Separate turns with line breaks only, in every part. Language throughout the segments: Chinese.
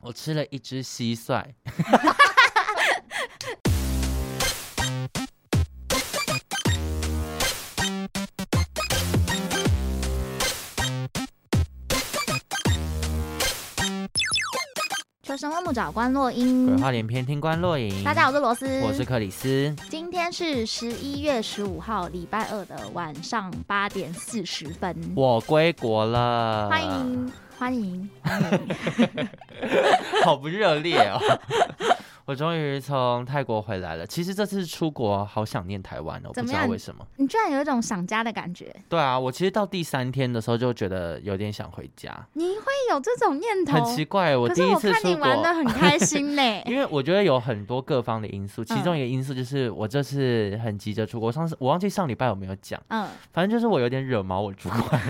我吃了一只蟋蟀。
求神问卜找关洛英
鬼。话连篇，听官落影。
大家好，我是罗斯，
我是克里斯。
今天是十一月十五号，礼拜二的晚上八点四十分。
我归国了，
欢迎欢迎，
好不热烈哦！ 我终于从泰国回来了。其实这次出国好想念台湾哦，不
怎么
知道
样
为什么。
你居然有一种想家的感觉，
对啊，我其实到第三天的时候就觉得有点想回家，
你会有这种念头？
很奇怪。我
哦可
第
是
一
我
次
看你
出
玩
国，
的很开心呢、
因为我觉得有很多各方的因素，
嗯
其中一个因素就是我这次很急着出国。上次我忘记上礼拜有没有讲，
嗯，
反正就是我有点惹毛我主管，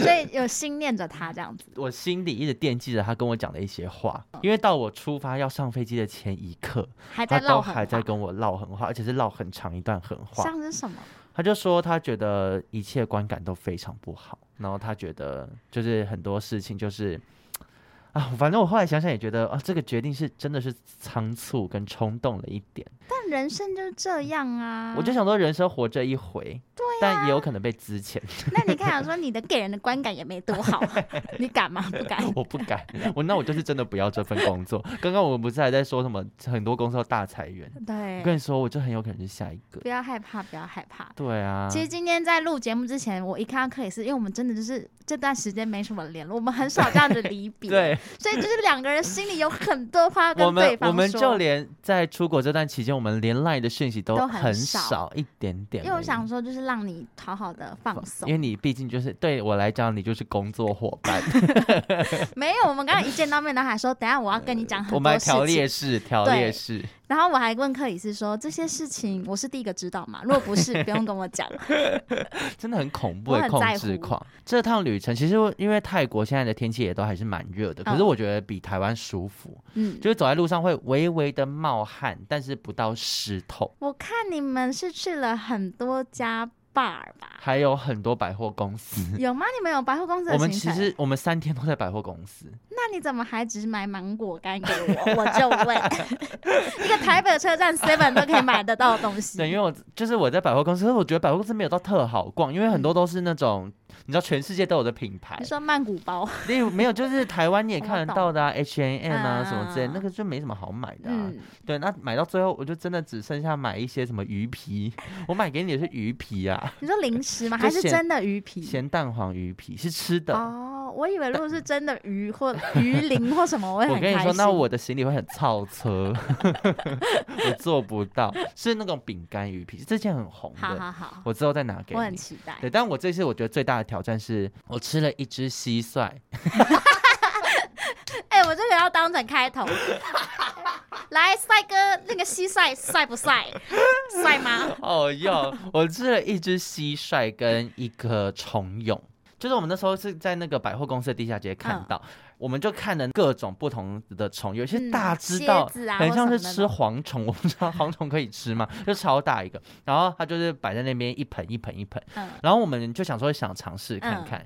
所以有心念着他这样子。
我心里一直惦记着他跟我讲的一些话。因为到我出发要上飞机的前一刻，
嗯还在
他
唠
都
狠
还在
话，
跟我唠狠话，而且是唠很长一段狠话。
像是什么？
他就说他觉得一切观感都非常不好，然后他觉得就是很多事情就是。啊，反正我后来想想也觉得啊，这个决定是真的是仓促跟冲动了一点。
但人生就是这样啊。
我就想说，人生活这一回，但也有可能被资 遣，
那你看，想说你的给人的观感也没多 好，你敢吗？不敢。
我不敢。我那我就是真的不要这份工作。刚刚我们不是还在说什么很多公司要大裁员？我
对，
跟你说，我就很有可能是下一个
不。要害怕，不要害怕。
对啊，
其实今天在录节目之前，我一看到克里斯，因为我们真的就是这段时间没什么联络，我们很少这样子离 别，
对，
所以就是两个人心里有很多话要
我
跟对
们
方说。
我们就连在出国这段期间，我们连 LINE 的讯息都
都很
很
少
少一点点而已，
因为我想说，就是让你好好的放松
因。为你毕竟就是对我来讲，你就是工作伙 伴，
没有，我们刚刚一见到面，然后还说，等一下我要跟你讲
呃我
很
们还
多事
调
情
劣。势，调
对
劣势，
然后我还问克里斯说，这些事情我是第一个知道嘛？如果 不是，不用跟我讲。
真的很恐怖
我
的
很
控
在
制
乎
狂。这趟旅程其实因为泰国现在的天气也都还是蛮热的，可是
嗯
我觉得比台湾舒服，
嗯，
就是走在路上会微微的冒汗，但是不到湿透。
我看你们是去了很多家 bar 吧？
还有很多百货公司，
有吗？你们有百货公司的
我们
行
其
程
实我们三天都在百货公司，
那你怎么还只买芒果干给我？我就问， 一个台北车站 Seven 都可以买得到的东西。
对，因为我就是我在百货公司，可是我觉得百货公司没有到特好逛，因为很多都是那种你知道全世界都有的品牌
嗯你，说曼谷包，
例如没有 就是台湾你也
我
看得
懂
到的啊，H and M 啊什么之类，
啊
那个就没什么好买的、啊。
嗯，
对，那买到最后我就真的只剩下买一些什么鱼皮，我买给你的是鱼皮啊，
你说零食吗？
就
还是
咸
真的鱼皮？
咸蛋黄鱼皮是吃的。
哦，我以为如果是真的鱼或鱼鳞或什么，我会
我
很
跟你
开
说，
心。
那我的行李会很超车， 我做不到。是那种饼干鱼皮，这件很红的，
好好好，
我之后再拿给
我很
你。
期待。
对，但我这次我觉得最大的挑战是我吃了一只蟋蟀，
哎、我这个要当成开头。 来，帅哥，那个蟋蟀帅不帅？帅吗？
哦哟，我吃了一只蟋蟀跟一个虫蛹。就是我们那时候是在那个百货公司的地下街看到，我们就看了各种不同的虫，有些
嗯
大知道、
蝎子啊
很像
或
是
什么的
吃蝗虫，我不知道蝗虫可以吃吗？就超大一个，然后它就是摆在那边一盆一盆一盆，
嗯，
然后我们就想说想尝试看看，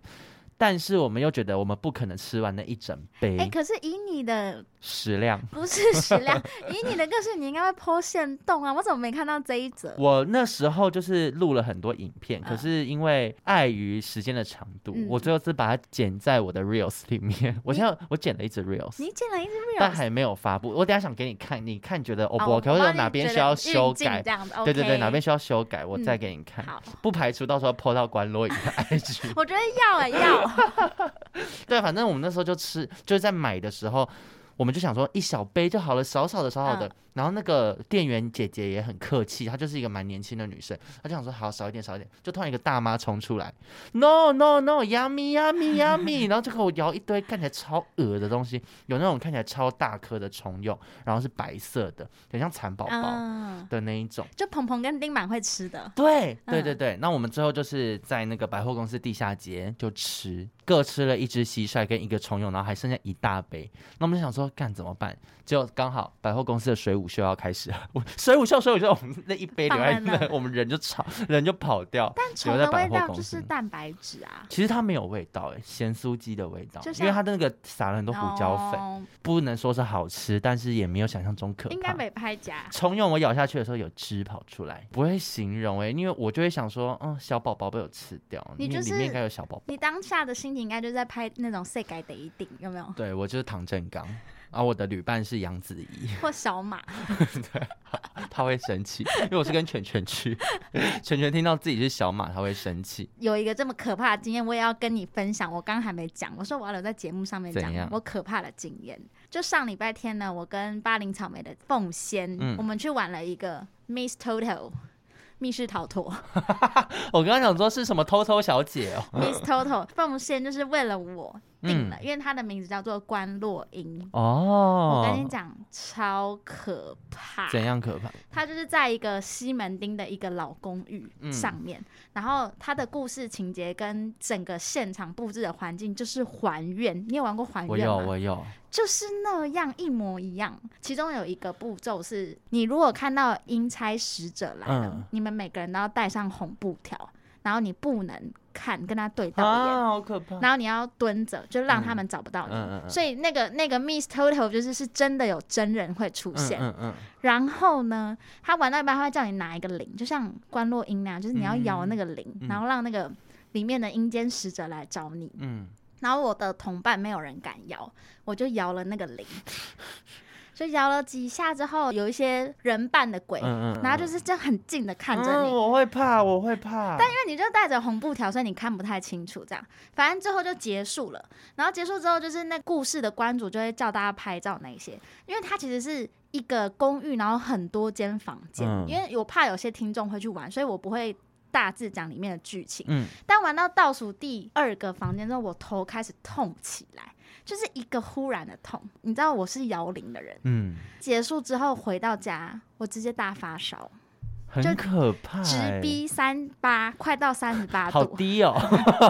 但是我们又觉得我们不可能吃完那一整杯、
哎、可是以你的
食量。
不是食量， 以你的个性，你应该会剖线洞啊！我怎么没看到这一则？
我那时候就是录了很多影片，可
嗯
是因为碍于时间的长度，
嗯
我最后是把它剪在我的 reels 里面。我现在我剪了一支 reels，
你剪了一只 real，
但还没有发布。我等一下想给你看，你看觉得 O 不 OK，
哦
或
我
者
帮你
哪边
觉
需
得
要
运
修
镜
改
这。样子
对对对，
OK
哪边需要修改，我再
嗯
给你看。
好？
不排除到时候 PO 到关洛影的 IG。
我觉得要哎、 要，
对，反正我们那时候就吃，就是在买的时候，我们就想说一小杯就好了，少少的，少少的。然后那个店员姐姐也很客气，她就是一个蛮年轻的女生，她就想说好少一点，少一点。就突然一个大妈冲出来，no no no，yummy yummy yummy，然后 就给我摇一堆看起来超恶的东西，有那种看起来超大颗的虫蛹，然后是白色的，很像蚕宝宝
嗯，
的那一种。
就鹏鹏跟丁满会吃的，
对对对
嗯
对，那我们最后就是在那个百货公司地下街就吃，各吃了一只蟋蟀跟一个虫蛹，然后还剩下一大杯。那我们就想说，干怎么办？结果刚好百货公司的水舞秀要开始了， 我水舞秀，水舞秀，我们那一杯留在
放在
那，我们人就吵，人就跑掉。
但虫
留在
的
百
味
货
道
公
就
司
是蛋白质啊，
其实它没有味道、欸，咸酥鸡的味道
就，
因为
像
它的那个撒了很多胡椒粉，
哦
不能说是好吃，但是也没有想象中可怕。
应该没拍假。
虫蛹我咬下去的时候有汁跑出来，不会形容哎、因为我就会想说，嗯，小宝宝被我吃掉，
你
因为
就
里面
是
应该有小宝宝。
你当下的心情应该就是在拍那种世改的一定有没有？
对我就是唐振刚，而、我的旅伴是杨子怡，
或小马，
他会生气， 因为我是跟犬犬去，犬犬听到自己是小马，他会生气。
有一个这么可怕的经验，我也要跟你分享。我刚还没讲，我说我要留在节目上面
怎
讲
样
我可怕的经验。就上礼拜天呢，我跟巴林草莓的凤仙，
嗯
我们去玩了一个 Miss Toto 密室逃脱。
啊我刚刚想说是什么偷偷小姐哦，
Miss Toto 凤仙就是为了我定
嗯
了，因为她的名字叫做关洛英。我跟你
哦，
讲，超可怕。
怎样可怕？
她就是在一个西门町的一个老公寓
嗯
上面，然后她的故事情节跟整个现场布置的环境就是还原。你有玩过还
我
原
有
吗？
我有，
就是那样一模一样。其中有一个步骤是，你如果看到阴差使者来了，
嗯
你们每个人都要带上红布条，然后你不能看跟他对到眼。
啊，好可怕。
然后你要蹲着，就让他们找不到你。
嗯嗯嗯
所以那个那个 Miss Toto 就是是真的有真人会出
嗯
现。
嗯嗯，
然后呢，他玩到一半，他会叫你拿一个铃，就像关洛音那样，就是你要摇那个铃，
嗯
然后让那个里面的阴间使者来找你。
嗯，
然后我的同伴没有人敢摇，我就摇了那个铃， 就摇了几下之后，有一些人扮的鬼，
嗯嗯嗯
然后就是这样很近的看着
嗯，
你，
我会怕，我会怕。但
因为你就带着红布条，所以你看不太清楚。这样，反正最后就结束了。然后结束之后，就是那故事的关主就会叫大家拍照那一些，因为它其实是一个公寓，然后很多间房间。
嗯
因为我怕有些听众会去玩，所以我不会大致讲里面的剧情。
嗯
但玩到倒数第二个房间之后，我头开始痛起来，就是一个忽然的痛。你知道我是摇铃的人，
嗯，
结束之后回到家，我直接大发烧，
很
就
可怕、
直
欸，
逼三八，快到三十八
好
度。
低哦，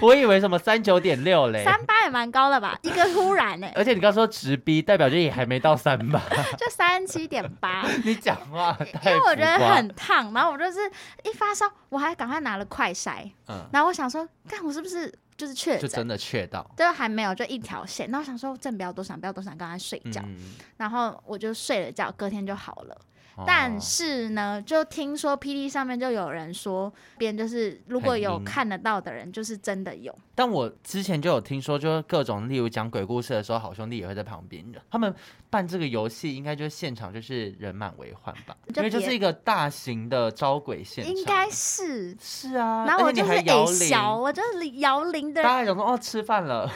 我以为什么三九点六嘞。
三八也蛮高了吧？一个忽然呢、
而且你刚说直逼，代表就也还没到三 吧？
就三七点八，
你讲话
因
太
为我觉
浮
得
夸
很烫，然后我就是一发烧，我还赶快拿了快筛，
嗯，
然后我想说，看我是不是就是确
就
诊，
真的确到。
就还没有，就一条线。然后我想说，真不要多想，不要多想，赶快睡觉。
嗯，
然后我就睡了觉，隔天就好了。但
哦
是呢，就听说 P D 上面就有人说，别人就是如果
很
有
阴
看得到的人，就是真的有。
但我之前就有听说，就是各种例如讲鬼故事的时候，好兄弟也会在旁边。他们办这个游戏，应该就是现场就是人满为患吧，因
就
为就
别
是一个大型的招鬼现场。
应该是。
是啊，
然后
而
我
且
就
你
是
还摇
诶小，
铃，
我就是摇铃的
大家
人
还想说哦吃饭了，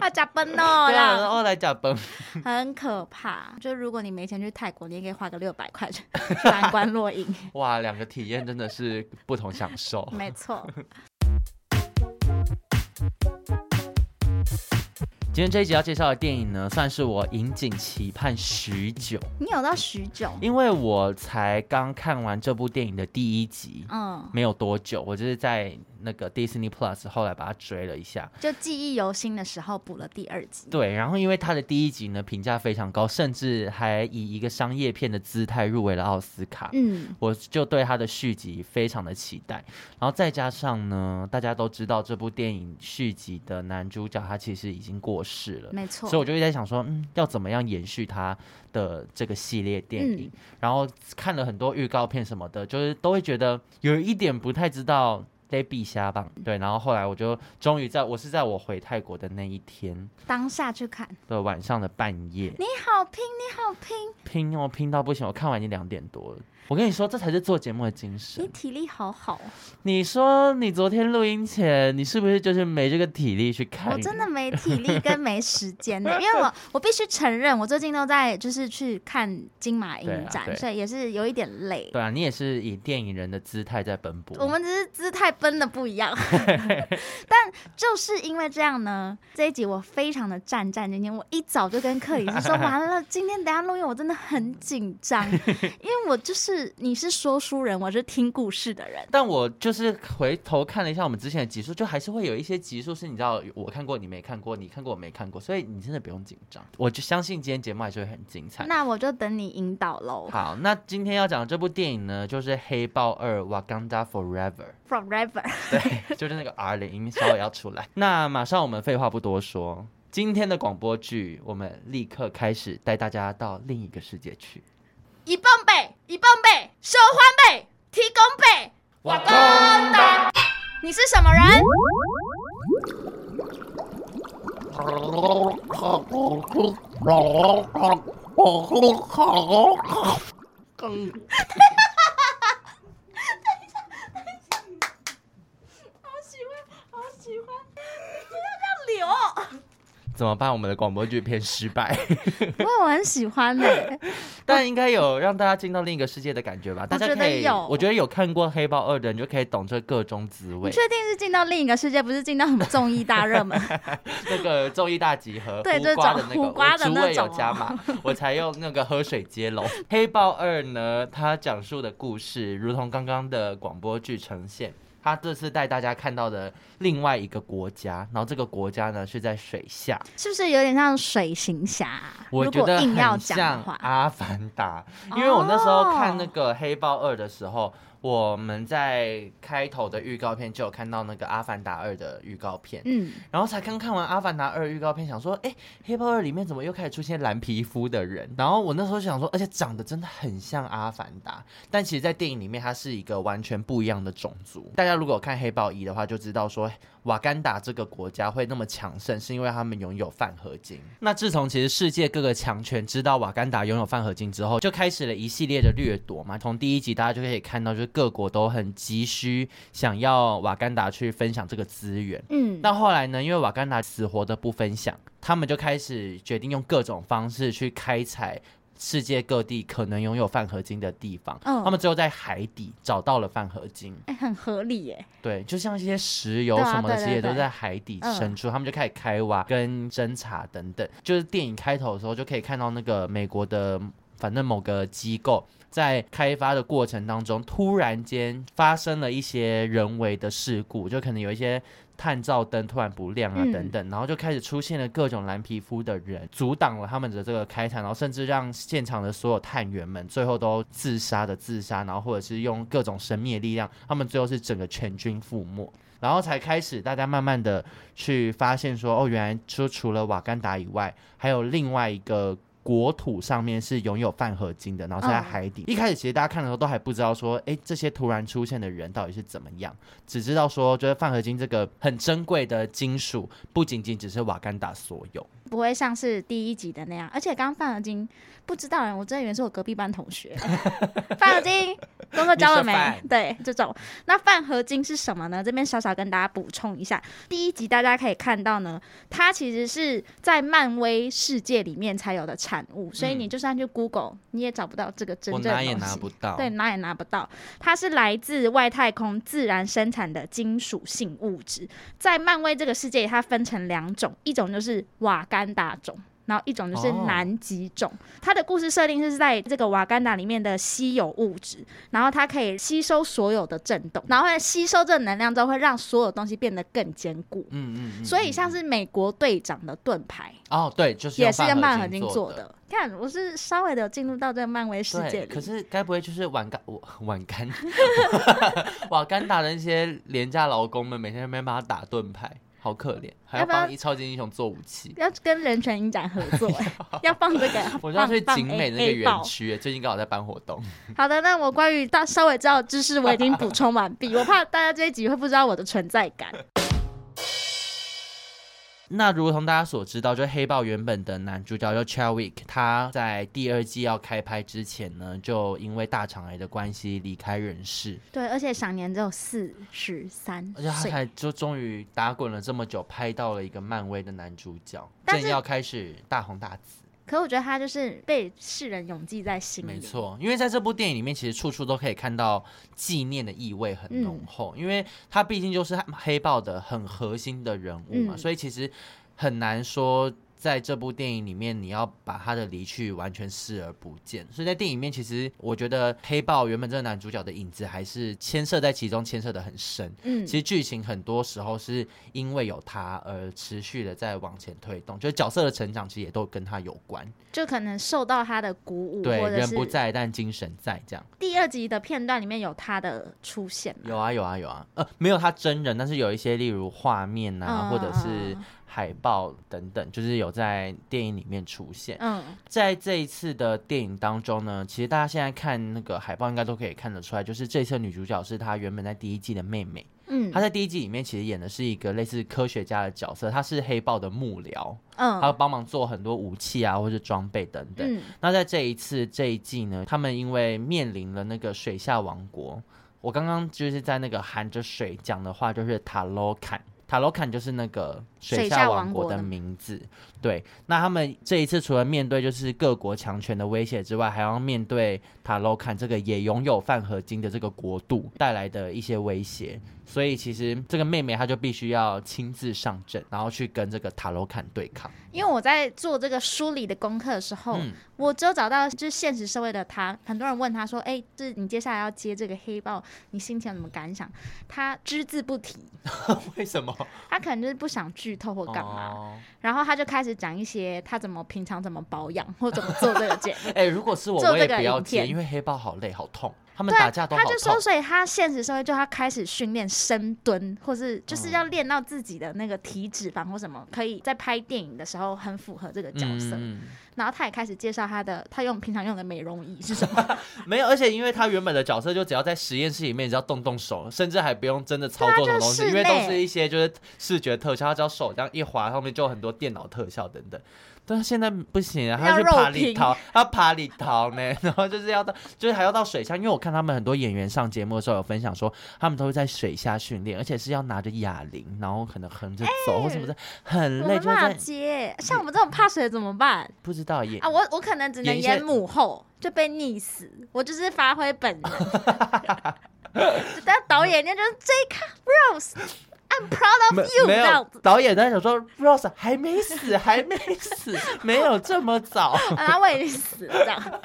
啊，假笨哦
对啊，然
啦，
后来假崩。
很可怕。就如果你没钱去泰国，你也可以花个六百块去玩观 落影，
哇，两个体验真的是不同享受。
没错。
今天这一集要介绍的电影呢，算是我引颈期盼许久，
你有到许 久，
因为我才刚看完这部电影的第一集，
嗯，
没有多久，我就是在那个 Disney Plus 后来把它追了一下。
就记忆犹新的时候补了第二集，
对，然后因为它的第一集呢评价非常高，甚至还以一个商业片的姿态入围了奥斯卡。
嗯，
我就对它的续集非常的期待，然后再加上呢，大家都知道这部电影续集的男主角他其实已经过世了，
嗯没
所以
错，
我就一直在想说，嗯，要怎么样延续它的这个系列电
嗯
影？然后看了很多预告片什么的，就是都会觉得有一点不太知道。在避瞎吧，对，然后后来我就终于在我是在我回泰国的那一天
当下去看。
的晚上的半夜，
你好拼，你好拼，
拼哦拼到不行，我看完已经两点多了。我跟你说，这才是做节目的精神
你。体力好好，
你说你昨天录音前，你是不是就是没这个体力去看？
我真的没体力跟没时间呢、因为 我我必须承认，我最近都在就是去看金马
对
影
啊
展，
对
所以也是有一点累。
对啊，你也是以电影人的姿态在奔波。
我们只是姿态奔的不一样，但就是因为这样呢，这一集我非常的战战兢兢。我一早就跟克里斯说，完了，今天等一下录音我真的很紧张，因为我就是是你是说书人，我是听故事的人。
但我就是回头看了一下我们之前的集数，就还是会有一些集数是你知道我看过你没看过，你看过我没看过，所以你真的不用紧张，我就相信今天节目还是会很精彩。
那我就等你引导喽
好， 那今天要讲的这部电影呢，就是《黑豹二：瓦干达 Forever》，
，Forever。
对，就是那个 R 零音稍微要出来。 那马上我们废话不多说，今天的广播剧我们立刻开始带大家到另一个世界去。
一蹦贝，一蹦贝，收欢贝，提供贝，
瓦
干达。你是什么人？好喜欢，好喜欢，不要这样流。
怎么办？我们的广播剧片失败，
不过我很喜欢呢、
但应该有让大家进到另一个世界的感觉吧？大家
觉得
可以，
有
我觉得有看过《黑豹二》的人就可以懂这各种滋
你
味。
确定是进到另一个世界，不是进到什么综艺大热门？
那个综艺大集合，
对
胡瓜的
这
那
种
个，
胡瓜的
我
那
主委有
种啊
加 码，我才用那个喝水接龙。《黑豹二》呢，它讲述的故事如同刚刚的广播剧呈现，它这次带大家看到的另外一个国家，然后这个国家呢是在水下，
是不是有点像水行侠啊、
我
如
觉
果
得
硬要
很
讲的
像啊《
话，
阿凡达》，因为我那时候看那
哦
个《黑豹二》的时候，我们在开头的预告片就有看到那个《阿凡达二》的预告片，
嗯，
然后才刚看完《阿凡达二》预告片，想说，哎，《黑豹二》里面怎么又开始出现蓝皮肤的人？然后我那时候就想说，而且长得真的很像阿凡达，但其实，在电影里面，它是一个完全不一样的种族。大家如果有看《黑豹一》的话，就知道说，哎瓦干达这个国家会那么强盛，是因为他们拥有泛合金。那自从其实世界各个强权知道瓦干达拥有泛合金之后，就开始了一系列的掠夺嘛。从第一集大家就可以看到，就是各国都很急需想要瓦干达去分享这个资源。
嗯，
那后来呢？因为瓦干达死活的不分享，他们就开始决定用各种方式去开采世界各地可能拥有泛合金的地方。
嗯
他们最后在海底找到了泛合金，
哎、很合理耶、
对，就像一些石油
对啊
什么的，
对对
其实也都
对
在海底
嗯
深处，他们就开始开挖跟侦查等等。就是电影开头的时候就可以看到那个美国的，反正某个机构。在开发的过程当中，突然间发生了一些人为的事故，就可能有一些探照灯突然不亮啊
嗯
等等，然后就开始出现了各种蓝皮肤的人，阻挡了他们的这个开采，然后甚至让现场的所有探员们最后都自杀的自杀，然后或者是用各种神秘的力量，他们最后是整个全军覆没。然后才开始，大家慢慢的去发现说，哦，原来就除了瓦干达以外，还有另外一个国土上面是拥有泛合金的，然后是在
嗯
海底。一开始其实大家看的时候都还不知道说，哎，这些突然出现的人到底是怎么样，只知道说，就是泛合金这个很珍贵的金属，不仅仅只是瓦干达所有。
不会像是第一集的那样。而且刚刚范尔金不知道人，我真的以为是我隔壁班同 学。范尔金功课交了
你说
没？对，这种。那泛合金是什么呢？这边小小跟大家补充一下，第一集大家可以看到呢，它其实是在漫威世界里面才有的产物，所以
嗯
你就算去 Google，你也找不到这个真
我
正
拿
的东西。
也拿不到，嗯
对，拿也拿不到。它是来自外太空自然生产的金属性物质，在漫威这个世界，它分成两种，一种就是瓦干达种。然后一种就是
哦
南极种，它的故事设定是在这个瓦干达里面的稀有物质，然后它可以吸收所有的震动，然后呢吸收这个能量之后会让所有东西变得更坚固。
嗯嗯嗯。
所以
嗯
像是美国队长的盾牌
哦，对，就是
也是
用
用
泛
半
合
合金做
的。
的。看，我是稍微的有进入到这个漫威世界
对，
里。
可是该不会就是晚干我 晚 干瓦干达的那些廉价劳工们，每天在那边帮他打盾牌，好可怜，还要
要不要
帮一超级英雄做武器。
要跟人权影展合作、 欸，要放这个，
我就要去
放
景美的那个
A- A
园
报
区，最近刚好在办活动。
好的，那我关于大稍微知道的知识我已经补充完 毕，我怕大家这一集会不知道我的存在感。
那如同大家所知道，就是黑豹原本的男主角叫 Chadwick，他在第二季要开拍之前呢，就因为大肠癌的关系离开人世。
对，而且享年只有四十三
而且他
岁，
才就终于打滚了这么久，拍到了一个漫威的男主角，
但
正
是
要开始大红大紫。
可我觉得他就是被世人永记在心里。
没，错，因为在这部电影里面，其实处处都可以看到纪念的意味很浓
嗯
厚，因为他毕竟就是黑豹的很核心的人物嘛，
嗯
所以其实很难说在这部电影里面，你要把他的离去完全视而不见。所以在电影里面，其实我觉得黑豹原本这个男主角的影子还是牵涉在其中，牵涉的很深。
嗯
其实剧情很多时候是因为有他而持续的在往前推动，就是角色的成长其实也都跟他有关。
就可能受到他的鼓舞，
对，
或者
人
是
不在，但精神在，这样。
第二集的片段里面有他的出现嘛，
有啊有啊有啊，呃，没有他真人，但是有一些例如画面啊，
嗯
或者是
嗯
海报等等，就是有在电影里面出现。
嗯，
在这一次的电影当中呢，其实大家现在看那个海报，应该都可以看得出来，就是这次的女主角是她原本在第一季的妹妹。
嗯
她在第一季里面其实演的是一个类似科学家的角色，她是黑豹的幕僚，她
嗯
会帮忙做很多武器啊或者装备等等。
嗯，
那在这一次这一季呢，他们因为面临了那个水下王国，我刚刚就是在那个含着水讲的话，就是塔罗坎。塔罗坎就是那个水下王国的名字，对。那他们这一次除了面对就是各国强权的威胁之外，还要面对塔罗坎这个也拥有泛合金的这个国度带来的一些威胁，所以其实这个妹妹她就必须要亲自上阵，然后去跟这个塔罗坎对抗。
因为我在做这个梳理的功课的时候，
嗯
我只有找到就是现实社会的他，很多人问他说：“哎、就是你接下来要接这个黑豹，你心情有什么感想？”他只字不提，
为什么？
他可能就是不想剧透或干嘛，
哦
然后他就开始讲一些他怎么平常怎么保养或怎么做这个节 目。
哎、如果是我，
做
我也
这个
不要
影
接，
片
因为黑豹好累好痛，他们
对啊，
打架都好
他
痛
就。说，所以他现实社会就他开始训练深蹲，或是就是要练到自己的那个体脂肪或什么，可以在拍电影的时候很符合这个角色。
嗯，
然后他也开始介绍他的他用平常用的美容仪是什么，
没有，而且因为他原本的角色就只要在实验室里面，只要动动手，甚至还不用真的操作什么东西，
对啊
因
就
为
是
都
嘞
是一些就是视觉特效，他只要手这样一滑，后面就有很多电脑特效等等。但是现在不行啊，他
要
去
肉
爬里
拼
逃，他爬里逃呢， 然后就是要到，就是还要到水下，因为我看他们很多演员上节目的时候有分享说，他们都会在水下训练，而且是要拿着哑铃，然后可能横着走或什么的，很
哎
累，
我没
就是
办法
在
接。像我们这种怕水的怎么办
不知道也
啊？我我可能只能
嗯演一些
演母后，就被溺死。我就是发挥本人。 但导演那就是 Jacob Rose，I'm proud
没
of you
没
这样
有
子。
导演在想说，Rose 还没死， 还没死，没有这么早，
啊，他我已经死了这样。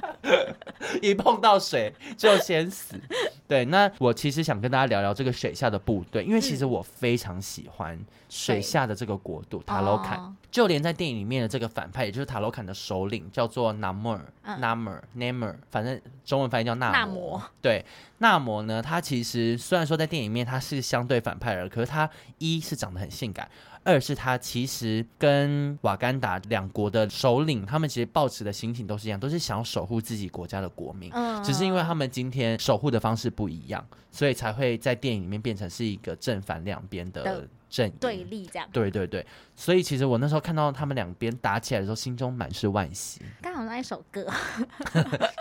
一碰到水就先死。 对，那我其实想跟大家聊聊这个水下的部队，因为
嗯
其实我非常喜欢水下的这个国度塔罗坎，
哦
就连在电影里面的这个反派，也就是塔罗坎的首领，叫做纳摩尔、
嗯
纳摩尔、纳摩尔，反正中文翻译叫纳摩。
纳摩
对，纳摩呢，他其实虽然说在电影里面他是相对反派人，可是他一是长得很性感，二是他其实跟瓦干达两国的首领，他们其实抱持的心情都是一样，都是想要守护自己国家的国民。
嗯，
只是因为他们今天守护的方式不一样，所以才会在电影里面变成是一个正反两边的
的
阵营。
对立这样，
对对对，所以其实我那时候看到他们两边打起来的时候，心中满是惋 惜，
刚好那一首歌，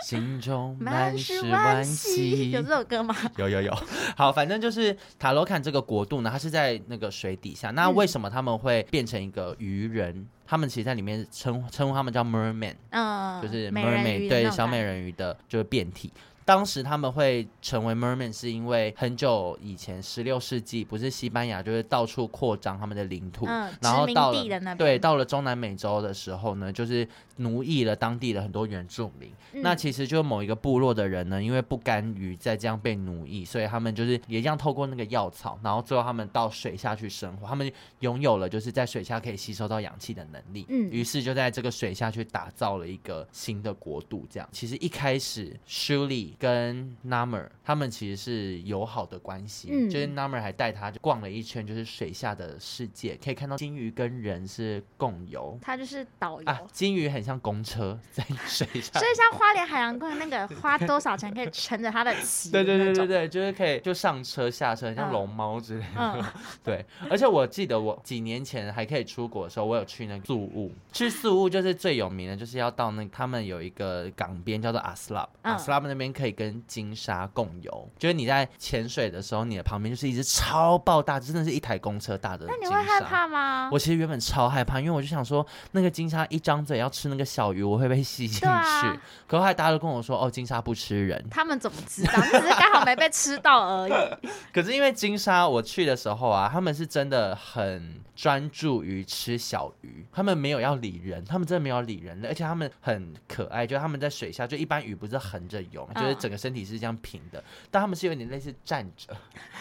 心中嗯
满
满
是
是
惋
惋
惜，
惜。
有这首歌吗？
有有 有，好，反正就是塔罗坎这个国度呢，它是在那个水底下。
嗯
那为什么他们会变成一个鱼人？他们其实在里面称称呼他们叫 merman，
嗯，
就是
美人
mermaid，
鱼的那
对，
种
小美
感觉，
人鱼的就是变体。当时他们会成为 merman，是因为很久以前，十六世纪不是西班牙就是到处扩张他们的领土，
嗯，
然
殖
后
民
到
地
了
的那边
对，到了中南美洲的时候呢，就是奴役了当地的很多原住民。
嗯
那其实就某一个部落的人呢，因为不甘于再这样被奴役，所以他们就是也一样透过那个药草，然后最后他们到水下去生活，他们拥有了就是在水下可以吸收到氧气的能力。
嗯
于是就在这个水下去打造了一个新的国度。这样，其实一开始 Shuli 跟 Namer 他们其实是友好的关系，
嗯
就是 Namer 还带他就逛了一圈，就是水下的世界，可以看到金鱼跟人是共游。
他就是导游。
啊，金鱼很像公车在水下
所，以像花莲海洋公园那个花多少钱可以乘着它的旗
对对对
那
对
种，
对，就是可以就上车下车，很像
嗯
龙猫之类的。
嗯，
对，而且我记得我几年前还可以出国的时候，我有去那个宿务，去宿务就是最有名的，就是要到那他们有一个港边叫做阿斯拉，
嗯
阿斯拉那边可可以跟金鲨共游，就是你在潜水的时候，你的旁边就是一只超爆大，真的是一台公车大的
那你
金
会害
鲨。
怕吗？
我其实原本超害怕，因为我就想说，那个金鲨一张嘴要吃那个小鱼，我会被吸进去。
对啊
可后来大家都跟我说，哦，金鲨不吃人。
他们怎么知道？你只是刚好没被吃 到而已。
可是因为金沙，我去的时候啊，他们是真的很专注于吃小鱼，他们没有要理人，他们真的没有要理人，而且他们很可爱，就是他们在水下，就一般鱼不是横着游嘛，
嗯
就是整个身体是这样平的，但他们是有点类似站着，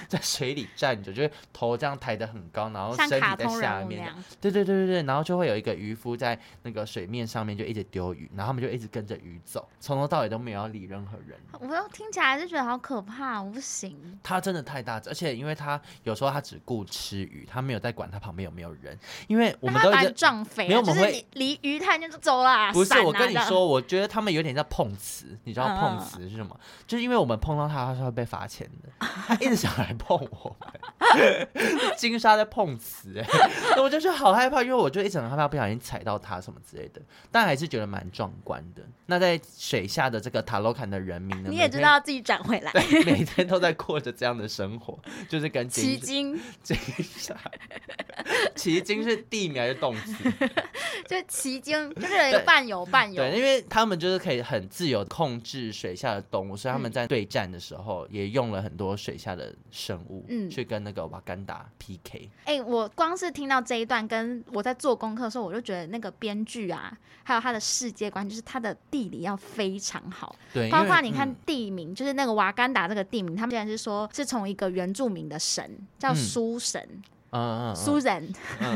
在水里站着，就是头这样抬得很高，然后
像
身体
卡
在
通
下
人物那
面这样，
样，
对对对对对，然后就会有一个渔夫在那个水面上面就一直丢鱼，然后他们就一直跟着鱼走，从头到尾都没有要理任何人。
我又听起来就觉得好可怕，我不行。
它真的太大只，而且因为它有时候它只顾吃鱼，它没有在管它旁边有没有人，因为我
那
们
他
都一
把你
直。
撞飞
没有
了，
我们
就
会
是你离鱼探就是走啦。
不是
散啊
我跟你，
这样
说，我觉得他们有点在碰瓷，你知道
嗯
碰瓷是什么？就是因为我们碰到它，它是会被罚钱的。 它一直想来碰我们， 金鲨在碰瓷、欸， 那我就是好害怕，因为我就一直很害怕不小心踩到它什么之类的，但还是觉得蛮壮观的。那在水下的这个塔罗坎的人民呢，
你
每
也知
天，
道自己转回 来，
对，每天都在过着这样的生活，就是 跟
奇
金金
经
鲨，奇经是地名还是动词？
就奇经，就是 有一个
对
半游半游。
对，因为他们就是可以很自由控制水下的动物，所以他们
嗯
在对战的时候也用了很多水下的生物，
嗯
去跟那个瓦干达 PK。
哎、我光是听到这一段，跟我在做功课的时候，我就觉得那个编剧啊，还有他的世界观，就是他的地理要非常好。
对，
包
因为
括你看
嗯
地名，就是那个瓦干达这个地名，他们竟然是说是从一个原住民的神叫
嗯啊
苏神、
嗯嗯
苏、人，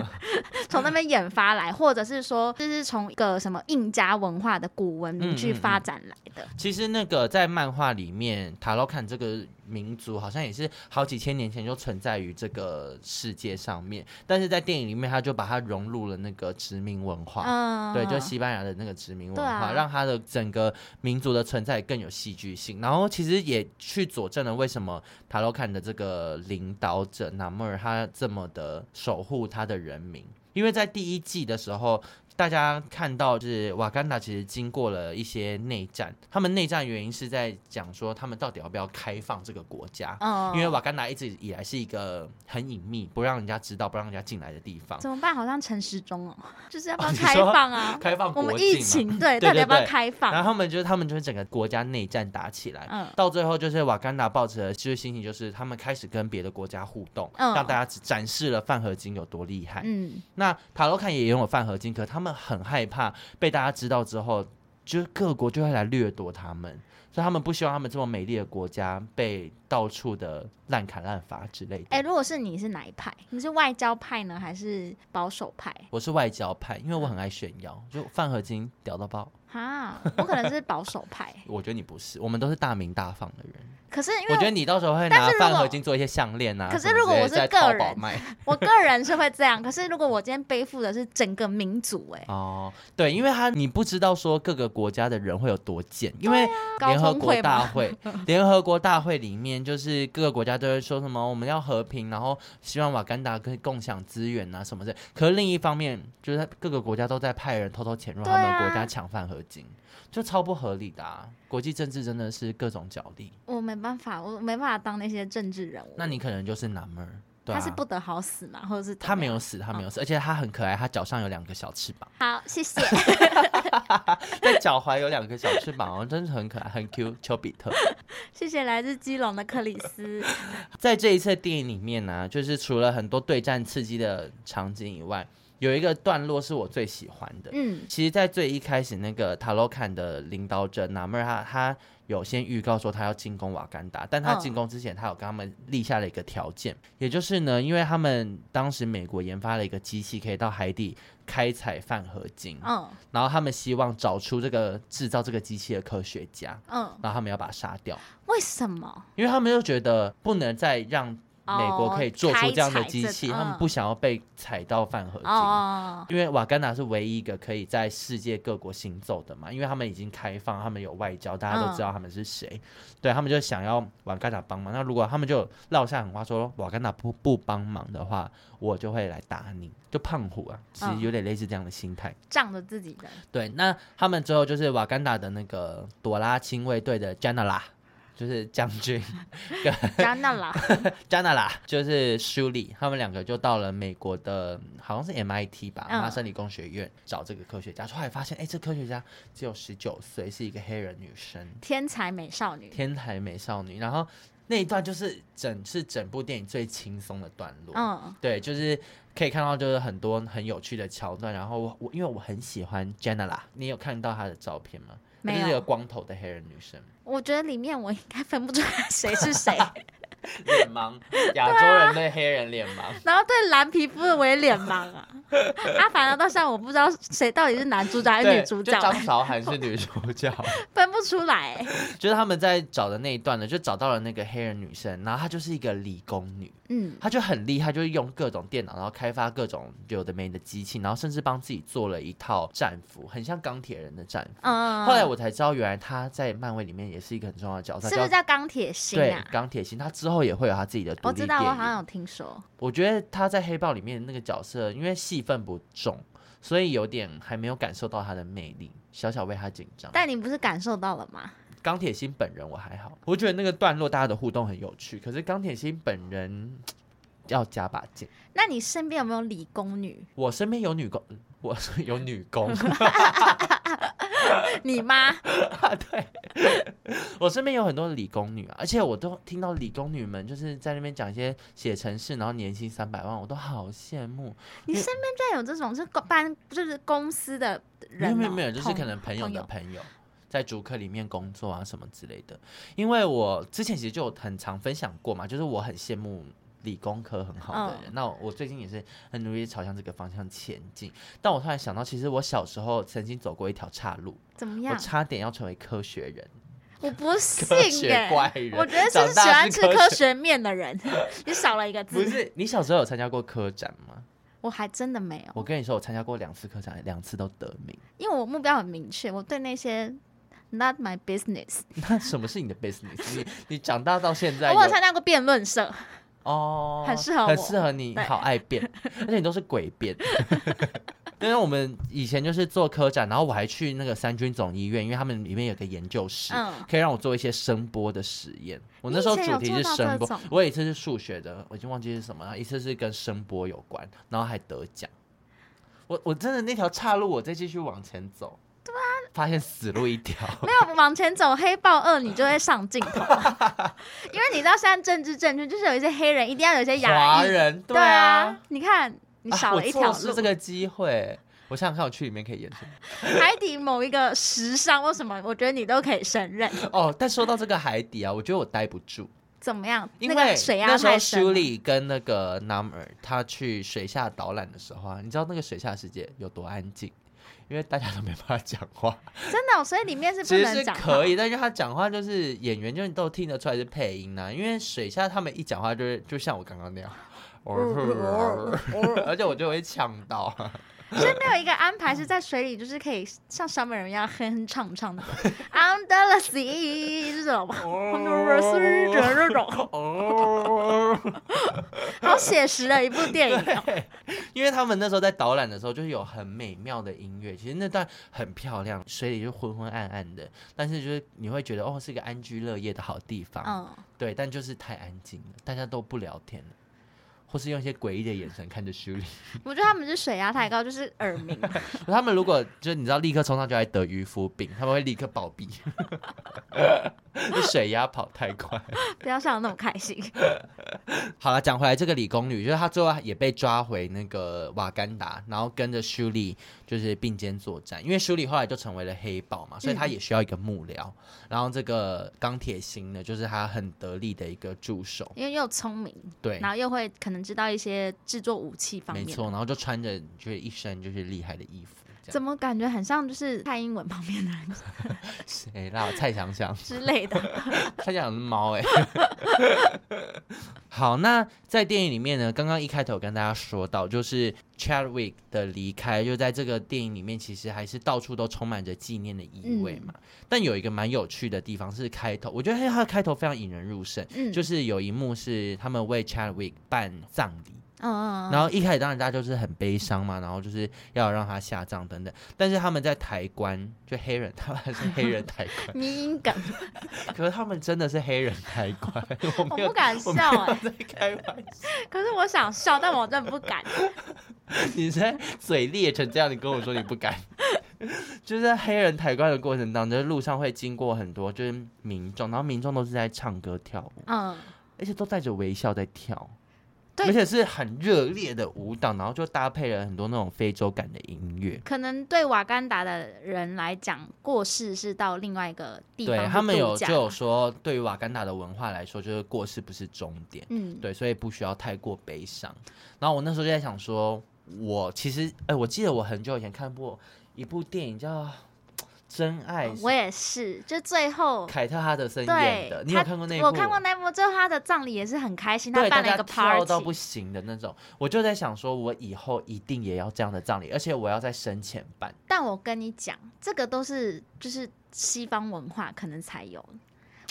从那边研发来，或者是说这是从一个什么印加文化的古文明去
嗯嗯嗯
发展来的。
其实那个在漫画里面，塔洛坎这个民族好像也是好几千年前就存在于这个世界上面，但是在电影里面，他就把它融入了那个殖民文化。
嗯，
对，就西班牙的那个殖民文
对
化，
啊
让他的整个民族的存在更有戏剧性。然后其实也去佐证了为什么塔罗坎的这个领导者纳木尔他这么的守护他的人民，因为在第一季的时候。大家看到，就是瓦干达其实经过了一些内战，他们内战原因是在讲说他们到底要不要开放这个国家，
嗯，
因为瓦干达一直以来是一个很隐秘、不让人家知道、不让人家进来的地方。
怎么办？好像陈时中哦， 就是要不要
哦你
开
说
放啊？
开放
我
国
们
境
疫
嘛
情
对
对，到底
对
要不要
对
开放？
然后他们就是他们就是整个国家内战打起来，
嗯
到最后就是瓦干达抱着的就是心情，就是他们开始跟别的国家互动，
嗯
让大家只展示了饭合金有多厉害。
嗯，
那塔罗坎也拥有饭合金，可他们很害怕被大家知道之后，就是各国就会来掠夺他们。所以他们不希望他们这么美丽的国家被到处的滥砍滥伐之类的。
哎、如果是你是哪一派？你是外交派呢，还是保守派？
我是外交派，因为
嗯
我很爱炫耀，就饭合金屌到爆。
哈，我可能是保守派。
我觉得你不是，我们都是大名大放的人。
可是因
我觉
为
得你到时候会
但
拿
是如果
饭合金做一些项链啊，
可是
什么
如果
之类
我是
在
个
淘宝
人
卖
我个人是会这样，可是如果我今天背负的是整个民族、哎、
哦，对，因为他你不知道说各个国家的人会有多贱，因为
啊高
联合
峰
国
会
大
嘛，
会， 联合国大会里面就是各个国家都会说什么我们要和平，然后希望瓦干达可以共享资源啊什么的。可是另一方面，就是各个国家都在派人偷偷潜入他
对
们
啊
国家抢饭合金，就超不合理的、啊。国际政治真的是各种角力，
我没办法，我没办法当那些政治人物。
那你可能就是南门儿，对、啊，
他是不得好死嘛，或者是怎
他
么
没
样
有死，他没有死，而且他很可爱，他脚上有两个小翅膀，
好，谢谢。
在脚踝有两个小翅膀，哦，真的很可爱，很 Q。丘比 特
谢谢来自基隆的克里斯。
在这一次的电影里面呢、就是除了很多对战刺激的场景以外，有一个段落是我最喜欢的。
嗯，
其实，在最一开始，那个塔罗坎的领导者纳闷他他有先预告说他要进攻瓦干达，但他
嗯
进攻之前，他有跟他们立下了一个条件，也就是呢，因为他们当时美国研发了一个机器，可以到海底开采泛合金，
嗯
然后他们希望找出这个制造这个机器的科学家，
嗯，
然后他们要把他杀掉，
为什么？
因为他们就觉得不能再让美国可以做出这样的机器，
哦开采这
他们不想要被踩到饭合金。
哦，
因为瓦干达是唯一一个可以在世界各国行走的嘛，因为他们已经开放，他们有外交，大家
嗯
都知道他们是谁，对他们就想要瓦干达帮忙。那如果他们就落下狠话说瓦干达不不帮忙的话，我就会来打你，就胖虎啊，其实
嗯
有点类似这样的心态。
仗着自己的
对，那他们之后就是瓦干达的那个朵拉亲卫队的 Janala，就是将军
加纳啦，
加纳拉，就是舒利，他们两个就到了美国的，好像是 MIT 吧，
嗯
麻省理工学院找这个科学家，后来发现，哎、这科学家只有十九岁，是一个黑人女生，
天才美少女。
天才美少女。然后那一段就是整是整部电影最轻松的段落，
嗯，
对，啊就是可以看到就是很多很有趣的桥段。然后我我因为我很喜欢 Jenna 啦，你有看到她的照片吗？她
没
就是一个
有，
光头的黑人女生，
我觉得里面我应该分不出来谁是谁，
脸盲，亚洲人对黑人脸盲。
然后对蓝皮肤的我也脸盲啊，啊，反而到现在我不知道谁到底是男主角 还是
对，
女主
就
角，欸
张韶涵是女主角，
分不出 来、欸
就是他们在找的那一段呢，就找到了那个黑人女生，然后她就是一个理工女，
嗯，
她就很厉害，就是用各种电脑，然后开发各种有的没的机器，然后甚至帮自己做了一套战服，很像钢铁人的战服。
嗯，
后来我才知道，原来她在漫威里面也是一个很重要的角色，
是不
叫
是叫钢铁心
对
啊？
钢铁心，她之后也会有她自己的独
我
立
知
电
道，
影。
我好像有听说，
我觉得她在黑豹里面那个角色，因为戏份不重，所以有点还没有感受到她的魅力，小小为她紧张。
但你不是感受到了吗？
钢铁心本人我还好，我觉得那个段落大家的互动很有趣，可是钢铁心本人要加把劲。
那你身边有没有理工女？
我身边有女工， 我是有女工，
你妈？
啊我身边有很多理工女啊，而且我都听到理工女们就是在那边讲一些写程式，然后年薪三百万，我都好羡慕。
你身边居然有这种是公班就是公司的
没
人、
有
哦？
没有没有，就是
同
可能朋友
朋
的
友
朋友。在主科里面工作啊什么之类的，因为我之前其实就有很常分享过嘛，就是我很羡慕理工科很好的人。那我最近也是很努力地朝向这个方向前进。但我突然想到，其实我小时候曾经走过一条岔路，
怎么
我
样？
差点要成为科学人。
我不信
科学
耶、
怪人
我觉得
长
是喜
大
欢
是
吃
科
科
学
学面的人， 你少了一个
不
字。
是，你小时候有参加过科展吗？
我还真的没有，
我跟你说，我参加过两次科展，两次都得名。
因为我目标很明确，我对那些 not my business。哦
那什么是你的 business？你你长大到现在
我有
有
参加过辩 论社，
哦，
很适合
很
我
适合你，
对
好爱变， 而且你都是鬼变。 因为我们以前就是做科展，然后我还去那个三军总医院，因为他们里面有个研究室，
嗯
可以让我做一些声波的实验。我那
你以
时候
前
主
有
题
做
是
到
声
这
波
种，
我有一次是数学的，我已经忘记是什么了，一次是跟声波有关，然后还得奖。我我真的那条岔路，我再继续往前走，对啊，发现死路一 条。
没有往前走，黑豹二你就会上镜 头，因为你知道现在政治正确，就是有一些黑人一定要有一些
华
亚裔，
人
对
啊，，
你看你
啊
少
我
了一条
错失
路。
这个机会。我想想看，我去里面可以演什么。
海底某一个时尚为什么？我觉得你都可以胜任。
哦，但说到这个海底啊，我觉得我待不住，
怎么样？
因为
那个水压
那时候
太深
舒
了。
丽跟那个 Number 他去水下导览的时候啊，你知道那个水下世界有多安静？因为大家都没办法讲话，
真的哦、所以里面 是不
其实
能
是
讲话。
可以，但是他讲话就是演员就都听得出来是配音呐、啊因为水下他们一讲话就是就像我刚刚那样，
嗯
而且我就会呛到。
所以没有一个安排是在水里，就是可以像小美人一样哼哼唱唱的，Under the sea 这种 ，Under the sea 这种，
哦，
好写实的一部电影哦。
因为他们那时候在导览的时候，就是有很美妙的音乐，其实那段很漂亮，水里就昏昏暗暗的，但是就是你会觉得哦，是一个安居乐业的好地方，
嗯，
对，但就是太安静了，大家都不聊天了。或是用一些诡异的眼神看着修理，
我觉得他们是水压太高，就是耳鸣。
他们如果就是你知道立刻冲上去还得渔夫病，他们会立刻暴毙， 就水压跑太快。
不要笑得那么开心。
好了，讲回来，这个理工女就是她最后也被抓回那个瓦干达，然后跟着舒丽就是并肩作战，因为舒丽后来就成为了黑豹
嗯
嘛，所以她也需要一个幕僚。然后这个钢铁心呢，就是她很得力的一个助手，
因为又聪明，
对
然，后又会可能知道一些制作武器方
没
面。
错。然后就穿着就是一身就是厉害的衣服，这样
怎么感觉很像就是蔡英文旁边的人
谁啦？蔡想想，
之类的？
他养的是猫哎、 好，那在电影里面呢，刚刚一开头有跟大家说到，就是 Chadwick 的离开，就在这个电影里面，其实还是到处都充满着纪念的意味嘛。但有一个蛮有趣的地方是开头，我觉得它的开头非常引人入胜，
嗯，
就是有一幕是他们为 Chadwick 办葬礼。
嗯嗯
然后一开始当然大家就是很悲伤嘛，然后就是要让他下葬等等。但是他们在抬棺，就黑人，他们还是黑人抬棺，
嗯，迷因梗，
可是他们真的是黑人抬棺， 我
我
没有
不敢
我
笑
没有
哎、
在开玩笑，
可是我想笑，但我真的不敢。
你现在嘴裂成这样，你跟我说你不敢。 就是在黑人抬棺的过程当中，就是路上会经过很多就是民众，然后民众都是在唱歌跳舞，
嗯，
而且都带着微笑在跳，
对
而且是很热烈的舞蹈，然后就搭配了很多那种非洲感的音乐。
可能对瓦干达的人来讲，过世是到另外一个地方
对
去
他们有
度假
就有说，对于瓦干达的文化来说，就是过世不是终点，
嗯，
对，所以不需要太过悲伤。然后我那时候就在想说，我其实，哎、我记得我很久以前看过一部电影叫《真爱》，
我也是，就最后。
凯特·哈德森演
哦对
的，，你
他
有看过那一部？
我看过那一部，最后他的葬礼也是很开心，他
对，大
办了一
家
个
跳到不
party，
行的那种，我就在想说，我以后一定也要这样的葬礼，而且我要在生前办。
但我跟你讲，这个都是就是西方文化可能才有。